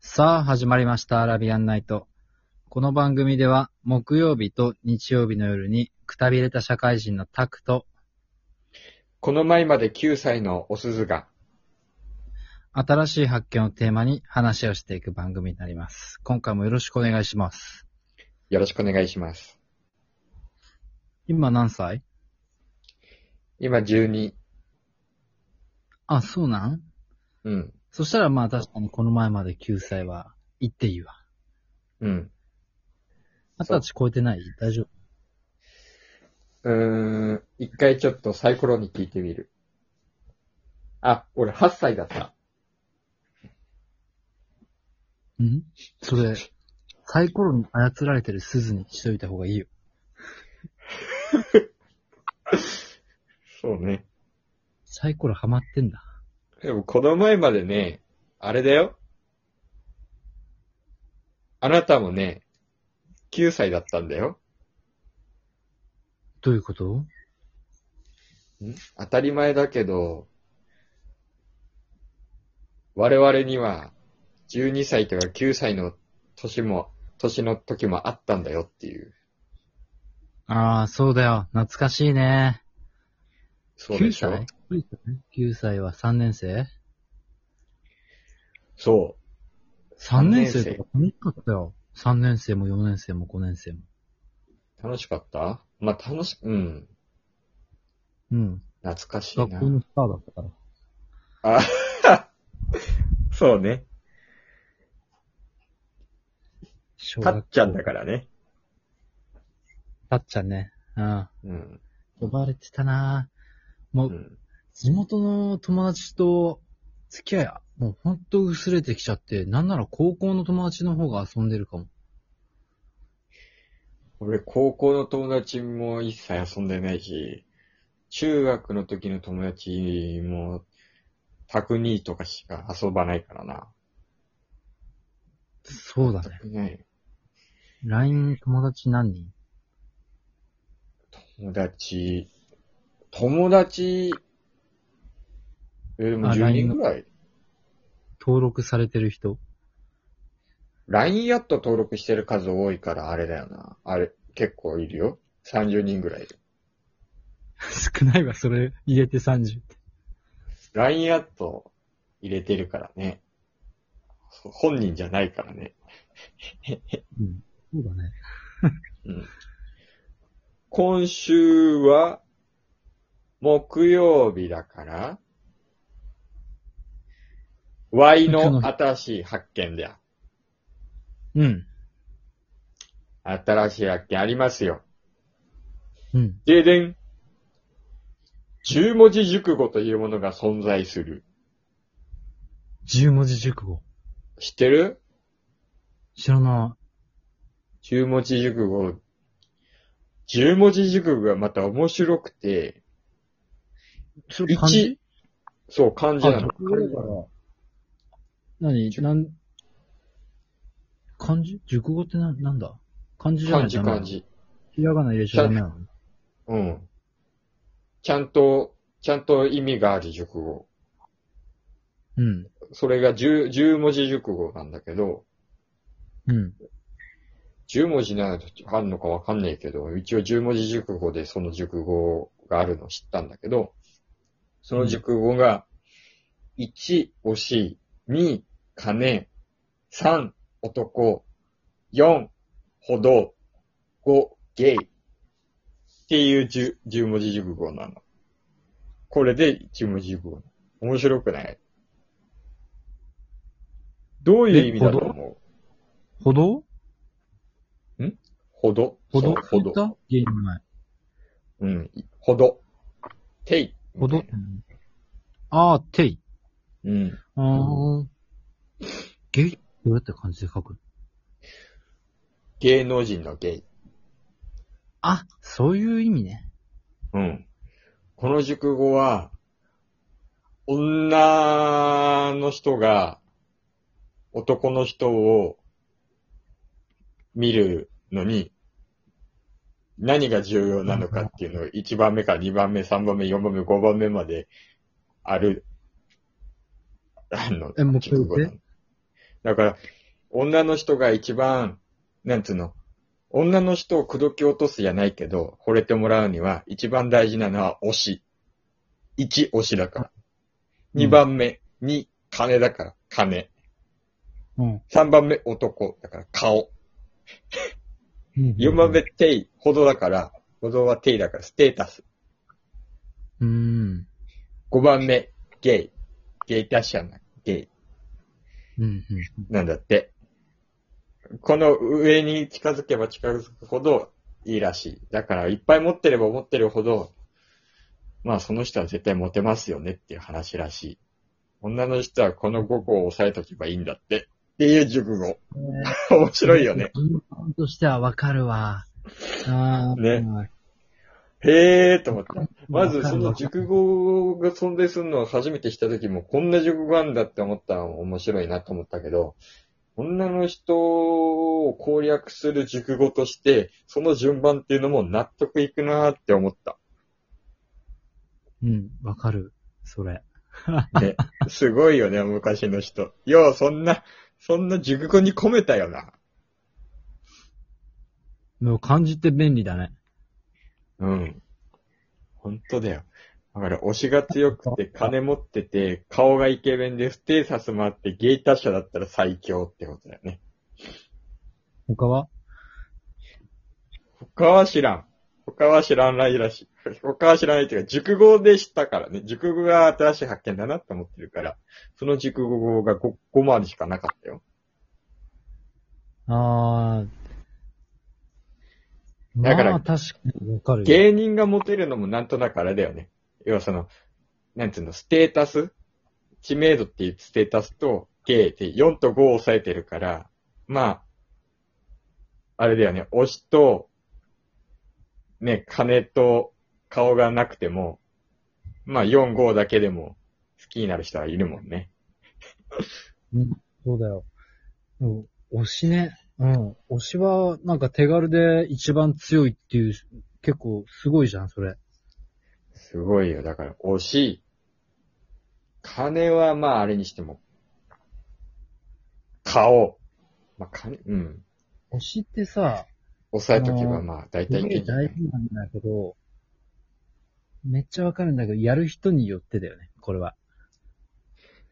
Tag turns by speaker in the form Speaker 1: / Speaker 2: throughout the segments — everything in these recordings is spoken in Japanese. Speaker 1: さあ、始まりました。アラビアンナイト。この番組では、木曜日と日曜日の夜に、くたびれた社会人のタクと、
Speaker 2: この前まで9歳のお鈴が、
Speaker 1: 新しい発見をテーマに話をしていく番組になります。今回もよろしくお願いします。
Speaker 2: よろしくお願いします。
Speaker 1: 今何歳
Speaker 2: 今12。
Speaker 1: あ、そうなん
Speaker 2: うん。
Speaker 1: そしたらまあ確かにこの前まで9歳は、言っていいわ。
Speaker 2: うん。
Speaker 1: あたち超えてない大丈夫
Speaker 2: うーん。一回ちょっとサイコロに聞いてみる。あ、俺8歳だった。
Speaker 1: んそれ、サイコロに操られてる鈴にしといた方がいいよ。
Speaker 2: そうね。
Speaker 1: サイコロハマってんだ。
Speaker 2: でもこの前までね、あれだよ。あなたもね、9歳だったんだよ。
Speaker 1: どういうこと
Speaker 2: 当たり前だけど、我々には12歳とか9歳の年も、年の時もあったんだよっていう。
Speaker 1: ああ、そうだよ。懐かしいね。
Speaker 2: そうでし
Speaker 1: 9
Speaker 2: ょ
Speaker 1: 歳 ?9 歳は3年生
Speaker 2: そ
Speaker 1: ?3
Speaker 2: 年
Speaker 1: 年
Speaker 2: 生
Speaker 1: 生とか楽しかったよ。3年生も4年生も5年生も。
Speaker 2: う。楽しかったまあ、楽し、うん。
Speaker 1: うん。
Speaker 2: 懐かしい
Speaker 1: 学
Speaker 2: な
Speaker 1: 校。のスターだったから。
Speaker 2: あそうね。
Speaker 1: 小
Speaker 2: た
Speaker 1: 学
Speaker 2: っちゃんだからね。
Speaker 1: たっちゃんね。うん。
Speaker 2: うん。
Speaker 1: 呼ばれてたなも
Speaker 2: う
Speaker 1: う、
Speaker 2: ん、
Speaker 1: 地元の友達と付き合い、もうほんと薄れてきちゃって、なんなら高校の友達の方が遊んでるかも。
Speaker 2: 俺、高校の友達も一切遊んでないし、中学の時の友達も、タクニーとかしか遊ばないからな。
Speaker 1: そうだね。
Speaker 2: いない
Speaker 1: LINE 友達何人
Speaker 2: 友達、友達、え、でも
Speaker 1: あ
Speaker 2: 10
Speaker 1: LINE
Speaker 2: 人ぐらい。
Speaker 1: 登録されてる人
Speaker 2: LINE やっと登録してる数多いからあれだよな。あれ、結構いるよ。30人ぐらいいる。
Speaker 1: 少ないわ、それ入れて30。
Speaker 2: LINE やっと入れてるからね。そう本人じゃないからね。
Speaker 1: うん。そうだね。
Speaker 2: うん。今週は、木曜日だから、Y の新しい発見だよ。
Speaker 1: うん。
Speaker 2: 新しい発見ありますよ。
Speaker 1: うん。
Speaker 2: ででん。十文字熟語というものが存在する。
Speaker 1: 十文字熟語。
Speaker 2: 知ってる
Speaker 1: 知らな
Speaker 2: 十文字熟語。十文字熟語がまた面白くて、
Speaker 1: い。そ
Speaker 2: 一そう、漢字なの。
Speaker 1: 何
Speaker 2: 熟
Speaker 1: なん、漢字熟語ってな、なんだ漢字じゃな
Speaker 2: 漢
Speaker 1: い
Speaker 2: 字、漢。字。
Speaker 1: ひらがな入れちゃダメなの
Speaker 2: うん。ちゃんと、ちゃんと意味がある熟語。
Speaker 1: うん。
Speaker 2: それが十、十文字熟語なんだけど、
Speaker 1: うん。
Speaker 2: 十文字なのあるのかわかんないけど、一応十文字熟語でその熟語があるの知ったんだけど、その熟語が、1、惜しい、2、金、3、男、4、歩道、5、ゲイ。っていう十十文字熟語なの。これで十文字熟語。面白くないどういう意味だと思う
Speaker 1: 歩道
Speaker 2: ほど。
Speaker 1: 歩道
Speaker 2: そうほど。
Speaker 1: ど。ゲイの前。
Speaker 2: うん。ほど。てい。
Speaker 1: 歩道ああ、てい。
Speaker 2: うん。
Speaker 1: あー。ゲイってどうやって漢字で書くの
Speaker 2: 芸能人の芸。
Speaker 1: あ、そういう意味ね。
Speaker 2: うん。この熟語は、女の人が男の人を見るのに、何が重要なのかっていうのを1番目から2番目、3番目、4番目、5番目まである、あの、
Speaker 1: えもう一回
Speaker 2: 熟
Speaker 1: 言って
Speaker 2: 語なのだから、女の人が一番、なんつうの、女の人を口説き落とすやないけど、惚れてもらうには、一番大事なのは推し。1、推しだから。
Speaker 1: うん
Speaker 2: 2番目、2、金だから、金。
Speaker 1: うん。
Speaker 2: 3番目、男。だから、顔。
Speaker 1: うん
Speaker 2: 4番目、テイ。ほどだから、ほどはテイだから、ステータス。
Speaker 1: うん。
Speaker 2: 5番目、ゲイ。ゲイ達者な、ゲイ。
Speaker 1: うん。うん。
Speaker 2: なんだって。この上に近づけば近づくほどいいらしい。だから、いっぱい持ってれば持ってるほど、まあその人は絶対モテますよねっていう話らしい。女の人はこの5個を押さえとけばいいんだって。っていう熟語。 面白いよね。。
Speaker 1: 感としてはわかるわ。ああ。
Speaker 2: ね
Speaker 1: うん
Speaker 2: へえーと思った。まずその熟語が存在するのを初めてした時もこんな熟語あんだって思ったら面白いなと思ったけど、女の人を攻略する熟語として、その順番っていうのも納得いくなーって思った。
Speaker 1: うん、わかる。それ。
Speaker 2: ね、すごいよね、昔の人。よう、そんな、そんな熟語に込めたよな。
Speaker 1: でも漢字って便利だね。
Speaker 2: うん。本当だよ。だから、推しが強くて、金持ってて、顔がイケメンで、ステーサスもあって、ゲイ達者だったら最強ってことだよね。
Speaker 1: 他は
Speaker 2: 他は知らん。他は知らないらしい。他は知らないというか、熟語でしたからね。熟語が新しい発見だなって思ってるから、その熟語が 5, 5までしかなかったよ。
Speaker 1: ああ。
Speaker 2: だから
Speaker 1: まあ、確かにわかるよ。
Speaker 2: 芸人がモテるのもなんとなくあれだよね。要はその、なんつうの、ステータス知名度っていうステータスと芸って4と5を抑えてるから、まあ、あれだよね、推しと、ね、金と顔がなくても、まあ4、5だけでも好きになる人はいるもんね。
Speaker 1: そうだよ。うん推しね。うん。推しは、なんか手軽で一番強いっていう、結構すごいじゃん、それ。
Speaker 2: すごいよ。だから、惜しい。金は、まあ、あれにしても、顔。まあ、金、うん。
Speaker 1: 推しってさ、
Speaker 2: 抑えとけば、
Speaker 1: あの
Speaker 2: まあ、大
Speaker 1: すご
Speaker 2: 体
Speaker 1: い
Speaker 2: 的
Speaker 1: 大事なんだけど、めっちゃわかるんだけど、やる人によってだよね、これは。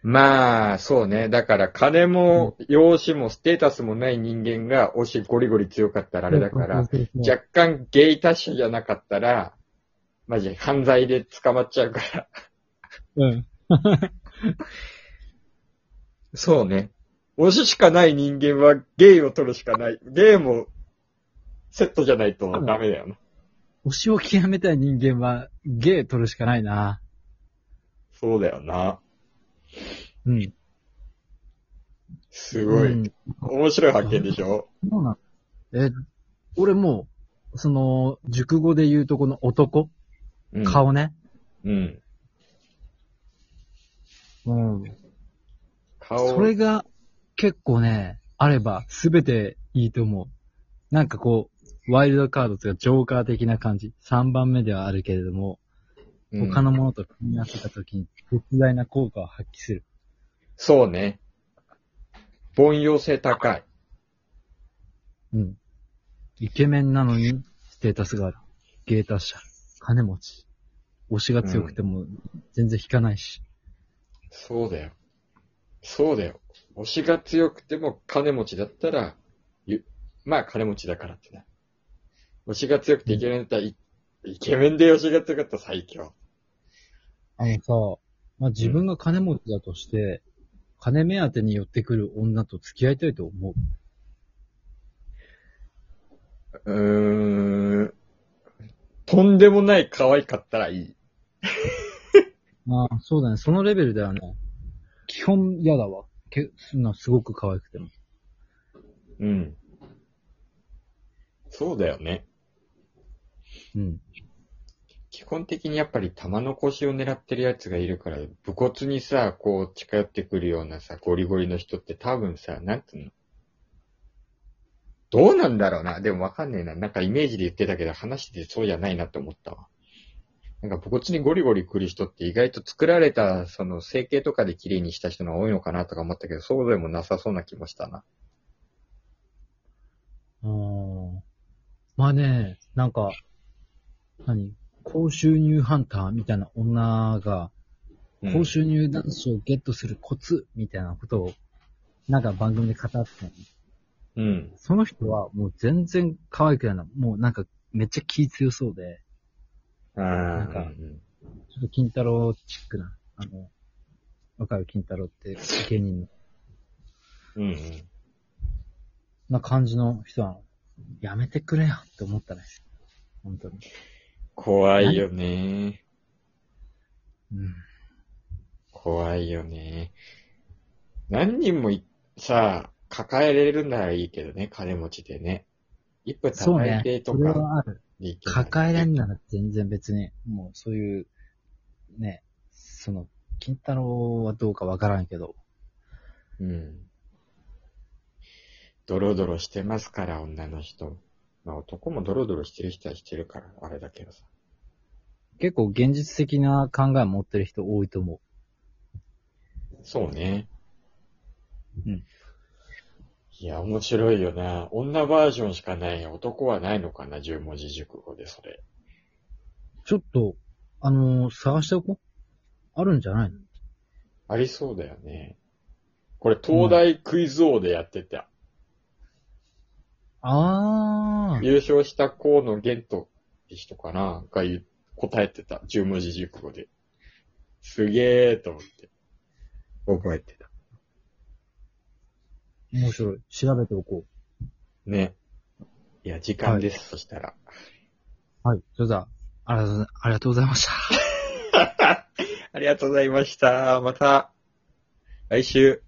Speaker 2: まあ、そうね。だから、金も、容姿も、ステータスもない人間が、惜しい、ゴリゴリ強かったらあれだから、
Speaker 1: そうそうそうそう、
Speaker 2: 若干、ゲイ達者じゃなかったら、マジ、犯罪で捕まっちゃうから。
Speaker 1: うん。
Speaker 2: そうね。推ししかない人間はゲイを取るしかない。ゲイもセットじゃないとダメだよな。
Speaker 1: 推しを極めたい人間は、芸取るしかないな。
Speaker 2: そうだよな。
Speaker 1: うん。
Speaker 2: すごい。
Speaker 1: うん
Speaker 2: 面白い発見でしょ
Speaker 1: そうなのえ、俺もう、その、熟語で言うとこの男、
Speaker 2: うん。
Speaker 1: 顔ね。
Speaker 2: うん。
Speaker 1: うん。
Speaker 2: 顔。
Speaker 1: それが、結構ね、あれば、すべていいと思う。なんかこう、ワイルドカードというか、ジョーカー的な感じ。3番目ではあるけれども、
Speaker 2: うん
Speaker 1: 他のものと組み合わせたときに、絶大な効果を発揮する。
Speaker 2: そうね。凡庸性高い。
Speaker 1: うん。イケメンなのに、ステータスがある。芸達者。金持ち。推しが強くても、全然引かないし。
Speaker 2: そうだよ。そうだよ。推しが強くても金持ちだったら、ゆまあ金持ちだからってな。推しが強くてイケメンだったら、いイケメンで推しが強かったら最強。
Speaker 1: あのさ、まあ、自分が金持ちだとして、金目当てに寄ってくる女と付き合いたいと思う。
Speaker 2: うーん。とんでもない可愛かったらいい。
Speaker 1: まあ、そうだね。そのレベルだよね。基本嫌だわ。け、すんな、すごく可愛くても。
Speaker 2: うん。そうだよね。
Speaker 1: うん。
Speaker 2: 基本的にやっぱり玉の腰を狙ってるやつがいるから、武骨にさ、こう近寄ってくるようなさ、ゴリゴリの人って多分さ、なんつうのどうなんだろうな。でもわかんねえな。なんかイメージで言ってたけど、話でそうじゃないなって思ったわ。なんか武骨にゴリゴリ来る人って意外と作られた、その整形とかで綺麗にした人が多いのかなとか思ったけど、そうでもなさそうな気もしたな。
Speaker 1: うん。まあね、なんか、何高収入ハンターみたいな女が、
Speaker 2: うん
Speaker 1: 高収入男子をゲットするコツみたいなことを、なんか番組で語ってたの
Speaker 2: うん。
Speaker 1: その人はもう全然可愛くないな。もうなんかめっちゃ気強そうで、
Speaker 2: ああ。
Speaker 1: なんかちょっと金太郎チックな、あの、わかる金太郎って芸人の、
Speaker 2: うんうん。
Speaker 1: な感じの人なの。やめてくれよって思ったね。本当に。
Speaker 2: 怖いよね。
Speaker 1: うん。
Speaker 2: 怖いよね。何人もいさ、抱えれるならいいけどね、金持ちでね。一歩
Speaker 1: そう
Speaker 2: 叩
Speaker 1: ね
Speaker 2: いて。と
Speaker 1: それ
Speaker 2: か
Speaker 1: はある。
Speaker 2: でいけない
Speaker 1: 抱えらんなら全然別に、もうそういう、ね、その、金太郎はどうかわからんけど、
Speaker 2: うん。ドロドロしてますから、女の人。まあ男もドロドロしてる人はしてるから、あれだけどさ。
Speaker 1: 結構現実的な考え持ってる人多いと思
Speaker 2: そうね。
Speaker 1: うん。
Speaker 2: いや、面白いよな。女バージョンしかない。男はないのかな、十文字熟語で、それ。
Speaker 1: う。ちょっと、あのー探しておこう。あるんじゃないの
Speaker 2: ありそうだよね。これ、東大クイズ王でやってた。
Speaker 1: あー。
Speaker 2: 優勝した河野玄斗って人かなが言う答えてた。十文字熟語で。すげえと思って。覚えてた。
Speaker 1: 面白い。調べておこ
Speaker 2: ね。いや、時間です、そしたら。
Speaker 1: う。はい。それでは、ありがとうございありがとうございました。
Speaker 2: ありがとうございました。また、来週。